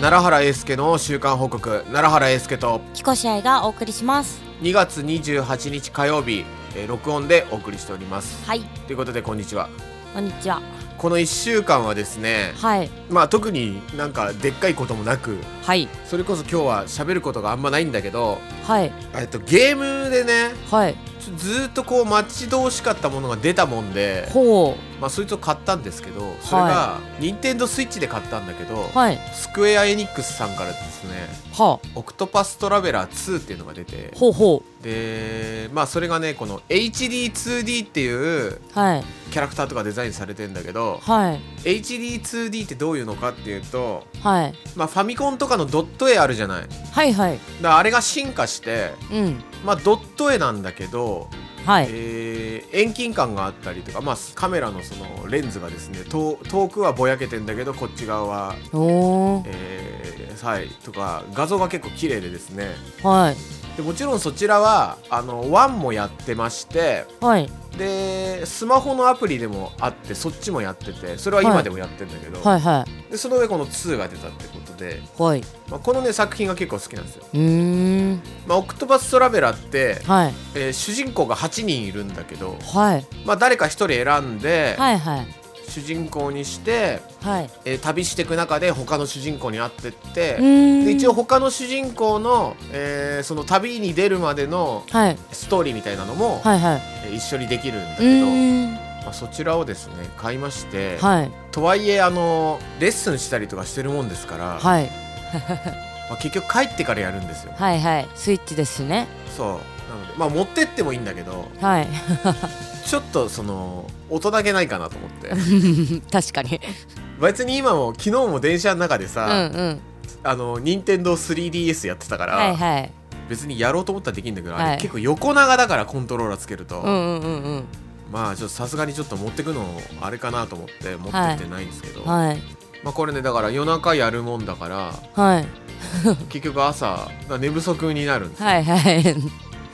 奈良原英介の週刊報告奈良原英介とキコシアイがお送りします2月28日火曜日、えー録音でお送りしておりますはいということでこんにちはこんにちはこの1週間はですねはいまあ特になんかでっかいこともなくはいそれこそ今日は喋ることがあんまないんだけどはいえっとゲームでねはいちょずーっとこう待ち遠しかったものが出たもんでほまあそいつを買ったんですけどそれが任天堂スイッチで買ったんだけど、うはいスクエア・エニックスさんからですねは「オクトパストラベラー2」っていうのが出てあほうほでまあそれがねこの HD2D っていううはいキャラクターとかデザインされてんだけどはい HD2D ってどういうのかっていうと、はいまあ、ファミコンとかのドット絵あるじゃないだかはいはいらあれが進化して、うんまあ、ドット絵なんだけど、はいえー遠近感があったりとか、まあ、カメラのそのレンズがですね遠遠くはぼやけてんだけどこっち側は、おーえーはいとか画像が結構綺麗でですねはいでもちろんそちらはあの1もやってましてはいでスマホのアプリでもあってそっちもやっててそれはは今いでもやってんだけど、はいはでその上この2が出たってことで、いはいまあ、このね作品が結構好きなんですよ、うーんまあ、オクトパストラベラーって、はいえー主人公が8人いるんだけど、はいまあ、誰か1人選んで、はいはい主人公にして、はいえー旅していく中で他の主人公に会ってって、うーんで一応他の主人公の、えーその旅に出るまでのはいストーリーみたいなのも、はいはいえー一緒にできるんだうけど、ーんまあ、そちらをですね買いまして、はいとはいえあのレッスンしたりとかしてるもんですから、はいまあ、結局帰ってからやるんですよはいはいスイッチですしねそうなのでまあ持ってってもいいんだけどはい ちょっとその音だけないかなと思って 確かに別に今も昨日も電車の中でうさ、んうんあの任天堂 3DS やってたから、はいはい別にやろうと思ったらできるんだけど、あれはい結構横長だからコントローラーつけると、うんうんうんまあちょっとさすがにちょっと持ってくのあれかなと思って持ってってないんですけうど、んはいまあこれねだから夜中やるもんだからはい結局朝だから寝不足になるんですよ、はいはいっ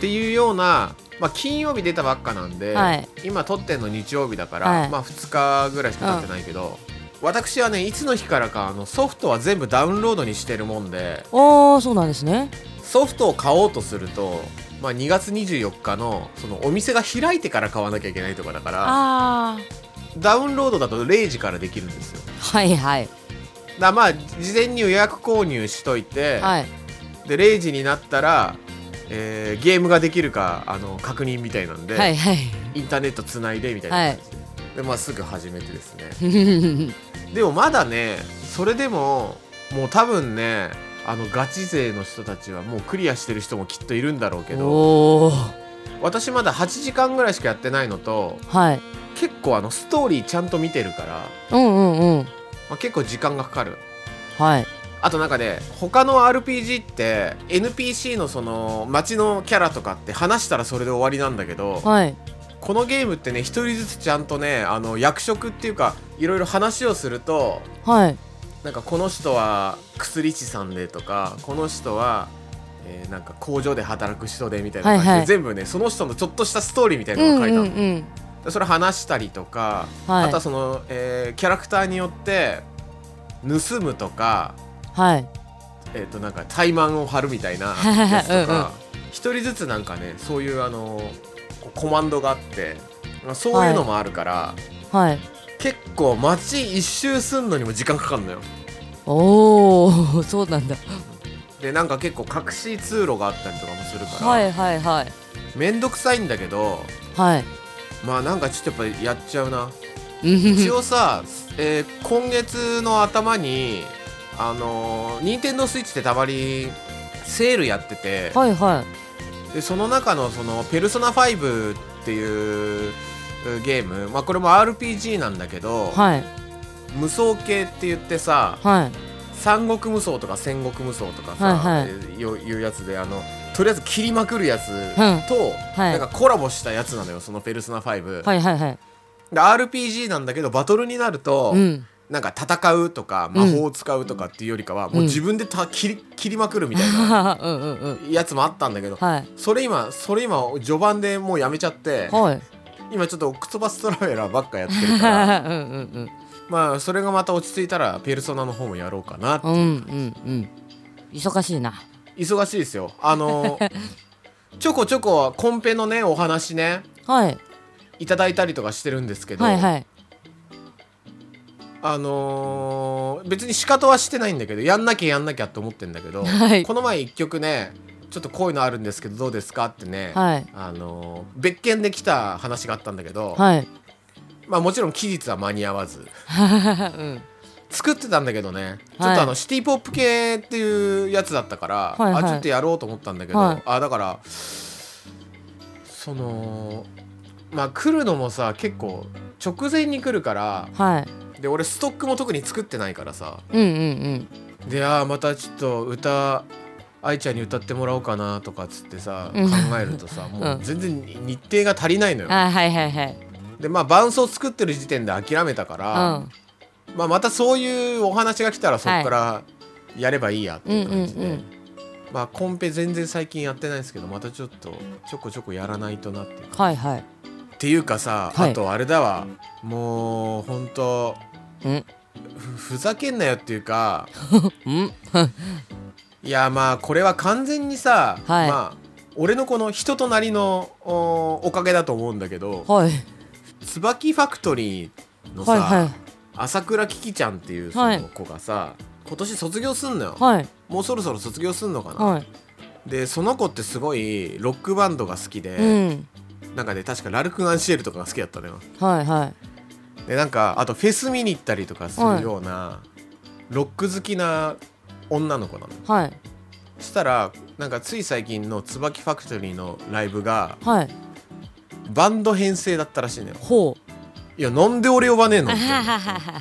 ていうような、まあ、金曜日出たばっかなんで、はい今撮ってんの日曜日だから、はいまあ、2日ぐらいしか経ってないけど、私はねいつの日からかあのソフトは全部ダウンロードにしてるもんでああそうなんですねソフトを買おうとすると、まあ、2月24日のそのお店が開いてから買わなきゃいけないとかだからあダウンロードだと0時からできるんですよあはいはいだまあ事前に予約購入しといて、はいで0時になったら、えーゲームができるかあの確認みたいなんで、はいはいインターネットつないでみたいな感じで,、でまあ、すぐ始めてですねでもまだねそれでももう多分ねあのガチ勢の人たちはもうクリアしてる人もきっといるんだろうけど おお私まだ8時間ぐらいしかやってないのとはい結構あのストーリーちゃんと見てるから、うんうんうんまあ、結構時間がかかるはいあとなんかね他の RPG って NPC のその街のキャラとかって話したらそれで終わりなんだけど、はいこのゲームってね一人ずつちゃんとねあの役職っていうかいろいろ話をするとはいなんかこの人は薬師さんでとかこの人は、えーなんか工場で働く人でみたいな感じで、はいはい全部ねその人のちょっとしたストーリーみたいうなのんがう書いんてあうるの、んでそれ話したりとか、はいあとはその、えーキャラクターによって盗むとかはいえっ、となんか怠慢を張るみたいなやつとうんうんか一、人ずつなんかねそういうあのこうコマンドがあって、まあ、そういうのもあるから、はい結構街一周すんのにも時間かかるのよおお そうなんだでなんか結構隠し通路があったりとかもするから、はいはいはいめんどくさいんだけどはいまあなんかちょっとやっぱやっちゃうなうん一応さ、えー今月の頭にあのー、任天堂スイッチってたまにセールやってて、はいはでその中のその「ペルソナ5」っていううゲーム、まあ、これも RPG なんだけど、いはい無双系って言ってさはい三国無双とか戦国無双とかさ、はいはいえーよいうやつであのとりあえず切りまくるやつんと、はいなんかコラボしたやつなのよその「ペルソナ5」はいはいはいで RPG なんだけどバトルになると、うん なんか戦うとか魔法を使うとかっていうよりかは、もう自分でた切り切りまくるみたいなうんうんうんやつもあったんだけど、はいそれ今それ今序盤でもうやめちゃってはい今ちょっとオクトパストラベラーばっかやってるから うんうんうんまあそれがまた落ち着いたらペルソナの方もやろうかなうんうんうん忙しいな忙しいですよあ のちょこちょこコンペのねお話ねはいいただいたりとかしてるんですけど、はいはいあのー別に仕方はしてないんだけどやんなきゃやんなきゃって思ってんだけど、 はいこの前一曲ねちょっとこういうのあるんですけどどうですかってね、はいあのー別件で来た話があったんだけど、はいまあもちろん期日は間に合わずうん作ってたんだけどね、ちょはっいとあのシティポップ系っていうやつだったから、はいはいあちょっとやろうと思ったんだけど、はいあだからそのまあ来るのもさ結構直前に来るからはいで俺ストックも特に作ってないからさうんうんであーまたちょっと歌愛ちゃんに歌ってもらおうかなとかっつってさうん考えるとさ、もう全然日程が足りないのうよん。あはいはいはいでまあ伴奏作ってる時点で諦めたから、うまあ、またそういうお話が来たらそこからやればいいやっていう感じで、うんうんうんまあ、コンペ全然最近やってないんですけどまたちょっとちょこちょこやらないとなっていうっんはいはいていうかさ、はいあとあれだわもうほんとうんふふざけんなよっていうか うん いやまあこれは完全にさ、はいまあ俺のこの人となりのおおかげだと思うんだけどはい椿ファクトリーのさ、はいはい朝倉キキちゃんっていうそはのい子がさ、今年卒業すんのよ、はいもうそろそろ卒業すんのかな、はいでその子ってすごいロックバンドが好きで、うんなんかね確かラルク・アンシエルとかが好きだったのよはいはいでなんかあとフェス見に行ったりとかするようなロック好きな女の子なのはいそしたらなんかつい最近の椿ファクトリーのライブがはいバンド編成だったらしいのよほういやなんで俺呼ばねえのあみたはい なははは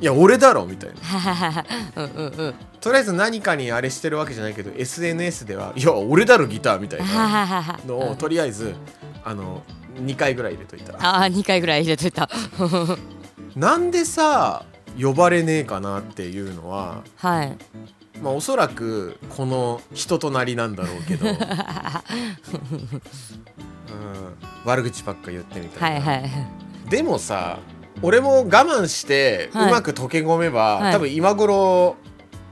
いや俺だろみたいなはははうんうん うんとりあえず何かにあれしてるわけじゃないけど SNS ではいや俺だろギターみたいあなははははのをとりあえずあの2回ぐらい入れといたあー二回ぐらい入れといたなんでさ呼ばれねえかなっていうのは、はいまあ、おそらくこの人となりなんだろうけ ど、うん、悪口ばっか言ってみたはいいな、はいでもさ俺も我慢してうはいまく溶け込めば、はい多分今頃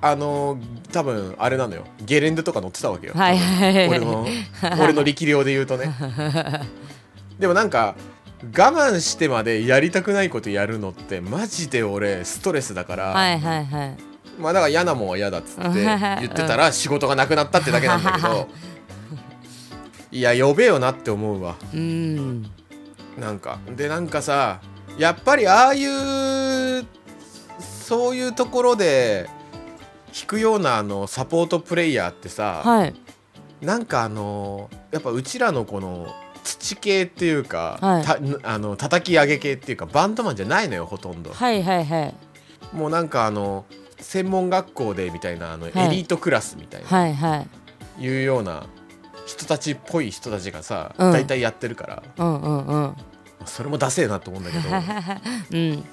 あの多分あれなのよゲレンデとか乗ってたわけよ、はいは い俺の俺の力量で言うと ねでもなんか我慢してまでやりたくないことやるのってマジで俺ストレスだから、はいはいはいまあだから嫌なもんは嫌だっつって 言ってたら仕事がなくなったってだけなんだけどいや呼べよなって思うわうんなんかでなんかさやっぱりああいうそういうところで弾くようなあのサポートプレイヤーってさ、はいなんかあのやっぱうちらのこの土系っていうか、はいたあの叩き上げ系っていうかバンドマンじゃないのよほとんど、はいはいはいもうなんかあの専門学校でみたいなあのエリはいートクラスみたいな、はいはいい、うような人たちっぽい人たちがさ、うん大体やってるからうんうんうんそれもダセえなと思うんだけどうん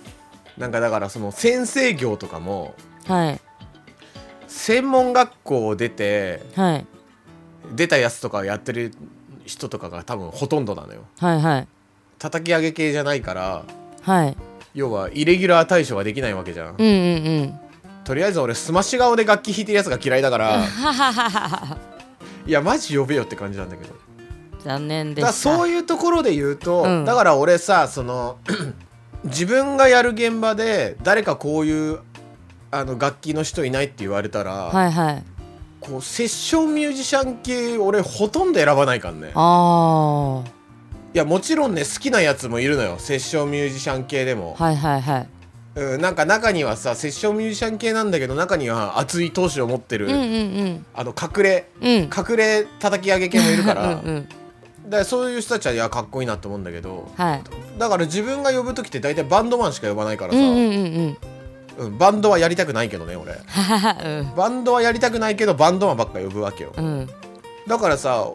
なんかだからその先生業とかもはい専門学校を出てはい出たやつとかやってる人とかが多分ほとんどなのよはいはい叩き上げ系じゃないからはい要はイレギュラー対処ができないわけじゃん、うんうんうんとりあえず俺スマッシュ顔で楽器弾いてるやつが嫌いだからははははいやマジ呼べよって感じなんだけど残念でだからしたそういうところで言うと、うんだから俺さその 自分がやる現場で誰かこういうあの楽器の人いないって言われたら、はいはいこうセッションミュージシャン系俺ほとんど選ばないからねあいやもちろんね好きなやつもいるのよセッションミュージシャン系でも、あはいはいはいうん、なんか中にはさセッションミュージシャン系なんだけど中には熱い闘志を持ってる、うんうんあの隠れうんうん隠れ叩き上げ系もいるからうんうんだからそういう人たちはいやかっこいいなと思うんだけどはいだから自分が呼ぶ時って大体バンドマンしか呼ばないからうさ、んうんうんうんうんバンドはやりたくないけどね俺はははバンドはやりたくないけどバンドマンばっか呼ぶわけようんうんだからさ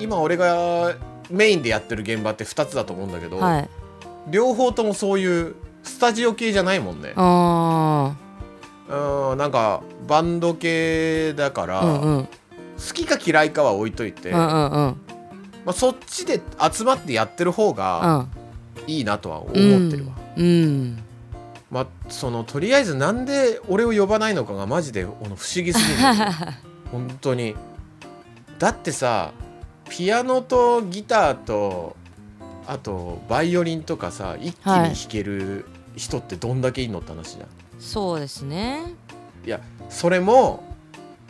今俺がメインでやってる現場って2つだと思うんだけど、はい両方ともそういうスタジオ系じゃないもんねあうんなんかバンド系だから、あうんうんうん好きか嫌いかは置いといて、うんうんうんまあ、そっちで集まってやってる方がいいなとは思ってるわ、うんまあ、そのとりあえずなんで俺を呼ばないのかがマジであの不思議すぎる んだよ本当にだってさピアノとギターとあとバイオリンとかさ一気に弾ける人ってどんだけいいのって話じゃん、そうですねそれも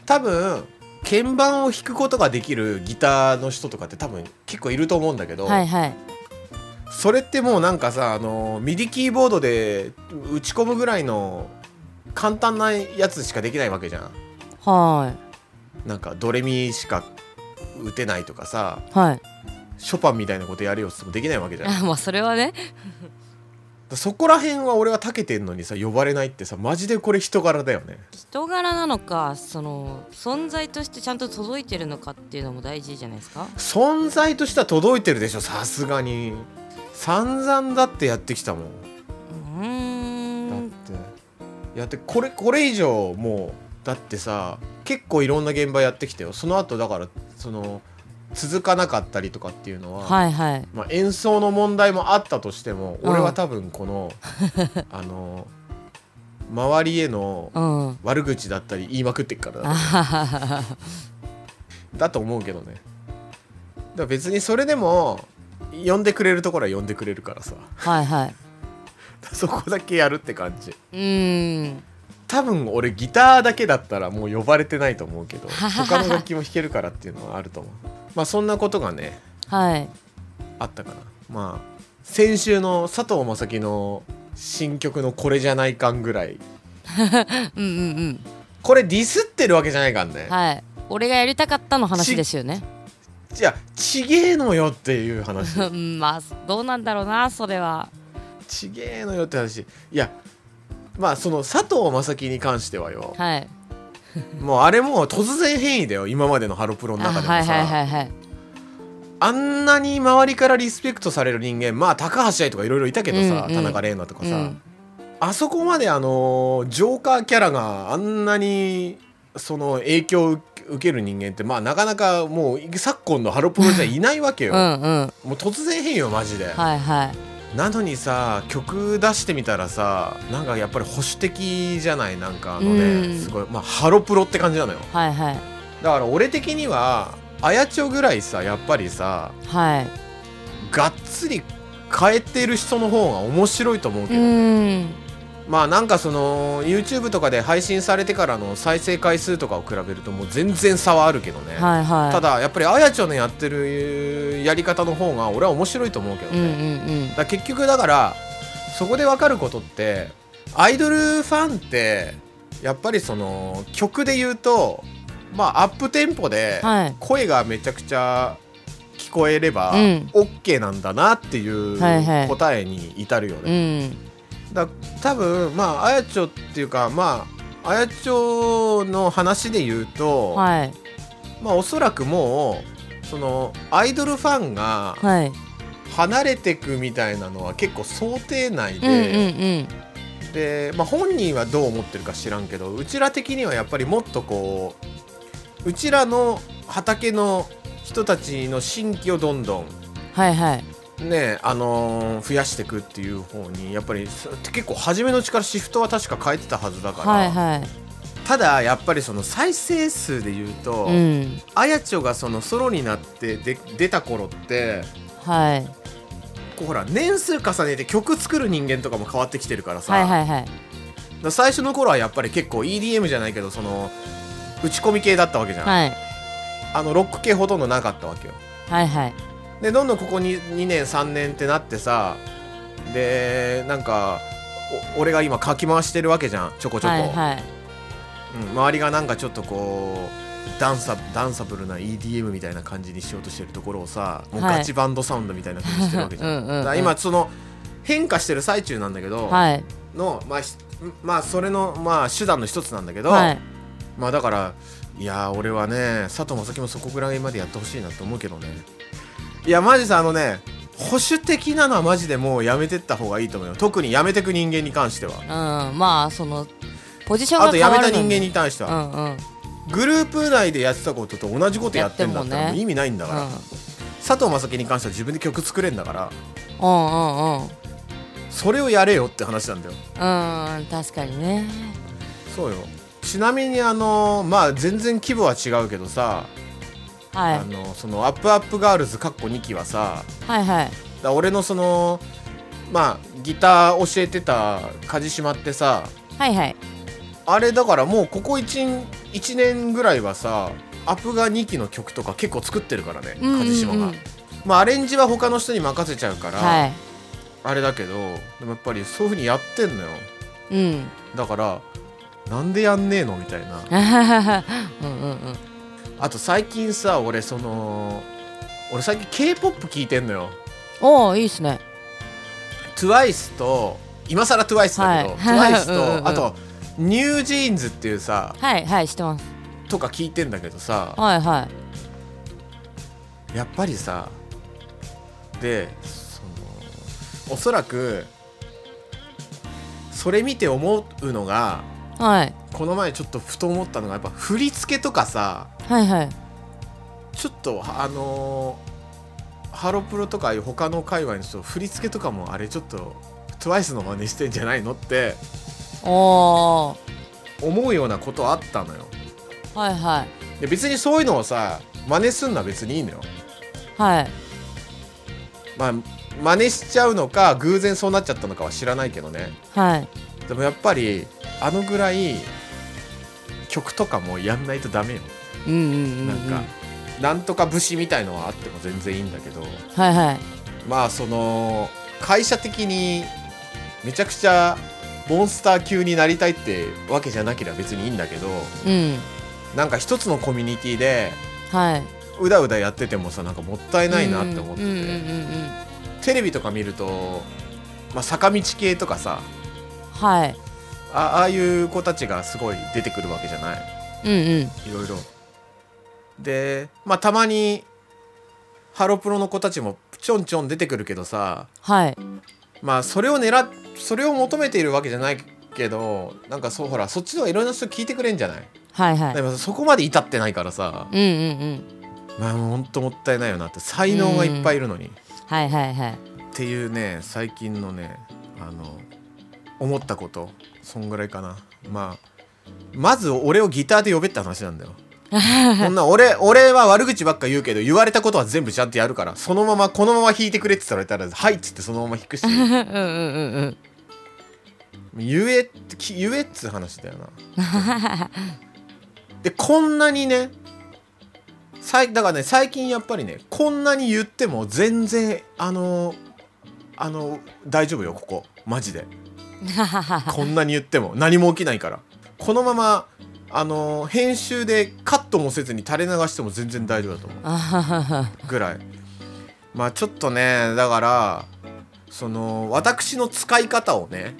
多分鍵盤を弾くことができるギターの人とかって多分結構いると思うんだけど、はいはいそれってもうなんかさあのミディキーボードで打ち込むぐらいの簡単なやつしかできないわけじゃんはなんかドレミしか打てないとかさいはいショパンみたいなことやるよっつってもできないわけじゃんだかあ まあそれはねらそこら辺は俺は長けてんのにさ呼ばれないってさマジでこれ人柄だよね人柄なのかその存在としてちゃんと届いてるのかっていうのも大事じゃないですか存在としては届いてるでしょさすがに散々だってやってきたもんうだっーんていやってこれこれ以上もうだってさ結構いろんな現場やってきてよその後だからその続かなかったりとかっていうのは、はいはいまあ、演奏の問題もあったとしてもうん俺は多分この あの周りへのうんあ悪口だったり言いまくってっからだははははだと思うけどねだから別にそれでも呼んでくれるところは呼んでくれるからさ はいはいそこだけやるって感じうーん多分俺ギターだけだったらもう呼ばれてないと思うけ ど他の楽器も弾けるからっていうのはあると思うまあそんなことがねはいあったかなまあ先週の佐藤正樹の新曲の「これじゃないかん」ぐらいうんうんうんこれディスってるわけじゃないかんねはい。俺がやりたかったの話ですよね。じゃあちげえのよっていう 話うんまあどうなんだろうなそれは。ちげえのよって話いやまあその佐藤正樹に関してはよはい。もうあれもう突然変異だよ今までのハロプロあの中でもさ、はいはいはいはい。あんなに周りからリスペクトされる人間まあ高橋愛とかいろいろいたけどさ、うんうん田中玲奈とかさ、うんあそこまであのジョーカーキャラがあんなにその影響を受け受ける人間ってまあなかなかもう昨今のハロプロじゃいないわけうよ、んうん。もう突然変よマジで、はいはい。なのにさ曲出してみたらさなんかやっぱり保守的じゃないなんかあのね、うんすごいまあハロプロって感じなのよはいはい。だから俺的にはあやちょぐらいさやっぱりさはい。がっつり変えてる人の方が面白いと思うけうど、ん。まあなんかその YouTube とかで配信されてからの再生回数とかを比べるともう全然差はあるけどね、はいはい。た。だやっぱりあやちょのやってるやり方の方が俺は面白いと思うけどうんね、うんだから結局だからそこで分かることってアイドルファンってやっぱりその曲で言うとまあアップテンポではい声がめちゃくちゃ聞こえればうん OK なんだなっていうはいはい答えに至るよね、うん。うん。だ多分まああやちょっていうかまああやちょの話で言うと、はいまあおそらくもうそのアイドルファンがはい。離れてくみたいなのは結構想定内うんうんで、うん。で、まあ、本人はどう思ってるか知らんけどうちら的にはやっぱりもっとこううちらの畑の人たちの新規をどんどんはいはい。ねあのー増やしていくっていう方にやっぱりそ結構初めのうちからシフトは確か変えてたはずだから、はいはい。ただやっぱりその再生数で言うと、うん。あやちょがそのソロになってで出た頃ってはい。こうほら年数重ねて曲作る人間とかも変わってきてるからさ、はいはいはい。だから最初の頃はやっぱり結構 EDM じゃないけどその打ち込み系だったわけじゃん、はい。あのロック系ほとんどなかったわけよはいはい。でどんどんここに2年3年ってなってさでなんかお俺が今かき回してるわけじゃんちょこちょこ、はいはい。うん、周りがなんかちょっとこうダンサダンサブルな EDM みたいな感じにしようとしてるところをさもうはいガチバンドサウンドみたいな感じしてるわけじゃんうんうんうんだから今その変化してる最中なんだけど、はい。のまあひまあそれのまあ手段の一つなんだけど、はい。まあだからいやー俺はね佐藤正樹もそこぐらいまでやってほしいなと思うけどねいやマジさあのね保守的なのはマジでもうやめてった方がいいと思うよ特にやめてく人間に関してはうん。まあそのポジションあがと変やわめるのた人間に対してうは、んうん。グループ内でやってたことと同じことやってんだったやらもってもねう意味ないんだから、うん佐藤正樹に関しては自分で曲作れんだからうんうんうんそれをやれよって話なんだようん確かにねそうよちなみにあのまあ全然規模は違うけどさ、はいあのそのアップアップガールズかっこ2期はさはいはいだ俺のそのまあギター教えてた梶島ってさはいはいあれだからもうここ 1, 1年ぐらいはさアップが2期の曲とか結構作ってるからねうんうんうん梶島が、まあ、アレンジは他の人に任せちゃうから、はあれだけどでもやっぱりそういうふうにやってんのよいうん だからなんでやんねえのみたいなあはははうんうんうんあと最近さ俺その俺最近 k p o p 聞いてんのよおおいいっすね TWICE と今更 TWICE だけど、はい TWICE うんうんうんとあとニュージーンズっていうさはいはいしてますとか聞いてんだけどさはいはいやっぱりさでそのおそらくそれ見て思うのがはいこの前ちょっとふと思ったのがやっぱ振り付けとかさはいはいちょっとあのーハロプロとかいう他の界隈の人振り付けとかもあれちょっと TWICE の真似してんじゃないのっておお思うようなことあったのよはいはいで別にそういうのをさ真似すんのは別にいいのよはいまあ真似しちゃうのか偶然そうなっちゃったのかは知らないけどねはいでもやっぱりあのぐらい曲とかもやんないとダメようんうんうん、うん、なんか、なんとか節みたいのはあっても全然いいんだけどはいはいまあその会社的にめちゃくちゃモンスター級になりたいってわけじゃなければ別にいいんだけどうんなんか一つのコミュニティではいうだうだやっててもさなんかもったいないなって思ってて、うんうんうんうんうんテレビとか見ると、まあ、坂道系とかさはいあああいう子たちがすごい出てくるわけじゃないうんうんいろいろでまあたまにハロプロの子たちもちょんちょん出てくるけどさはいまあそれを狙っそれを求めているわけじゃないけどなんかそうほらそっちの方がいろんな人聞いてくれんじゃない、はいはいでもそこまで至ってないからさうんうんうんまあもうほんともったいないよなって才能がいっぱいいるのに、はいはいはいっていうね最近のねあの思ったことそんぐらいかなまあまず俺をギターで呼べって話なんだよこんな俺俺は悪口ばっか言うけど言われたことは全部ちゃんとやるからそのままこのまま弾いてくれって言われたら「はい」っつってそのまま弾くしうんうんうんうん言えってき言えっつう話だよなでこんなにねさいだからね最近やっぱりねこんなに言っても全然あのあの大丈夫よここマジでこんなに言っても何も起きないからこのままあの編集でカットもせずに垂れ流しても全然大丈夫だと思うあはははぐらいまあちょっとねだからその私の使い方をね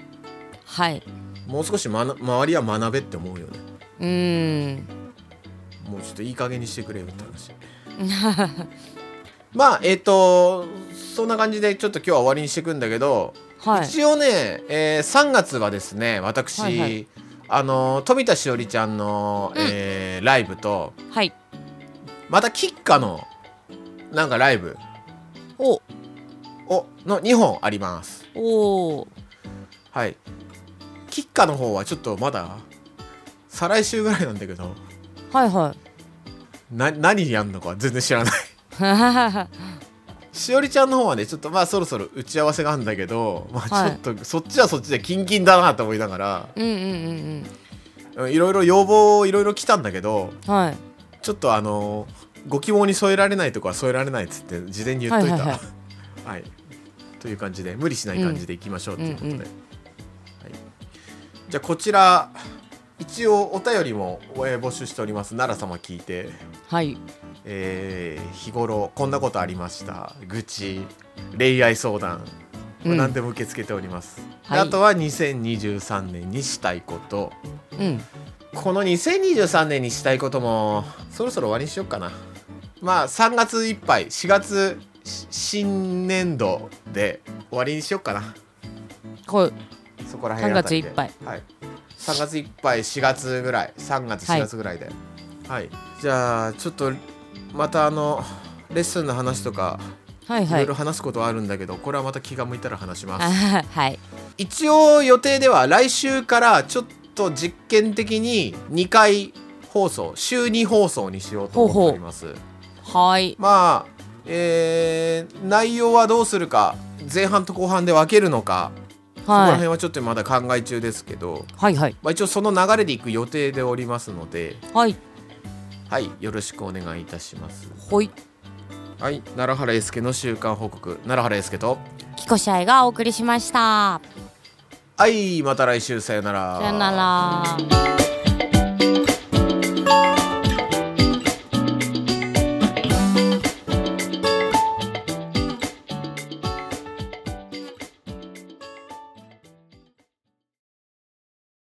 はいもう少し、まな、周りは学べって思うよねうーんもうちょっといい加減にしてくれよって 話まあえっ、とそんな感じでちょっと今日は終わりにしていくんだけど、はい一応ね、えー3月はですね私、はいはいあの富田しおりちゃんの、えーライブとはいまた吉歌のなんかライブおをの2本ありますおーはい吉歌の方はちょっとまだ再来週ぐらいなんだけどはいはいな何やんのか全然知らないははははしおりちゃんの方はねちょっとまあそろそろ打ち合わせがあるんだけど、まはあ、いちょっと、そっちはそっちでキンキンだなと思いながうんうんうんらいろいろ要望いろいろ来たんだけどうんはいちょっとあのご希望に添えられないとこは添えられないっつって事前に言っといたは いはい、はいという感じで無理しない感じでいきましょうということで、うんうんはい、じゃあこちら一応お便りもえー募集しております奈良様聞いてはいえー日頃こんなことありました愚痴恋愛相談うん何でも受け付けております、はいあとは2023年にしたいことうんこの2023年にしたいこともそろそろ終わりにしよっかなまあ3月いっぱい4月し新年度で終わりにしよっかなこうそこら辺あたりで3月いっはい、3月いっぱい4月ぐらい3月は4い月ぐらいではい、じゃあちょっとまたあのレッスンの話とかはいいろはいいろ話すことはあるんだけどこれはまた気が向いたら話しますあーはい一応予定では来週からちょっと実験的に2回放送週2放送にしようと思っておりますはいまあえー内容はどうするか前半と後半で分けるのか、そこらはい辺はちょっとまだ考え中ですけど、はいはいまあ、一応その流れでいく予定でおりますのではいはいよろしくお願いいたしますほいはい奈良原英介の週間報告奈良原英介とキコシャイがお送りしましたはいまた来週さよならさよなら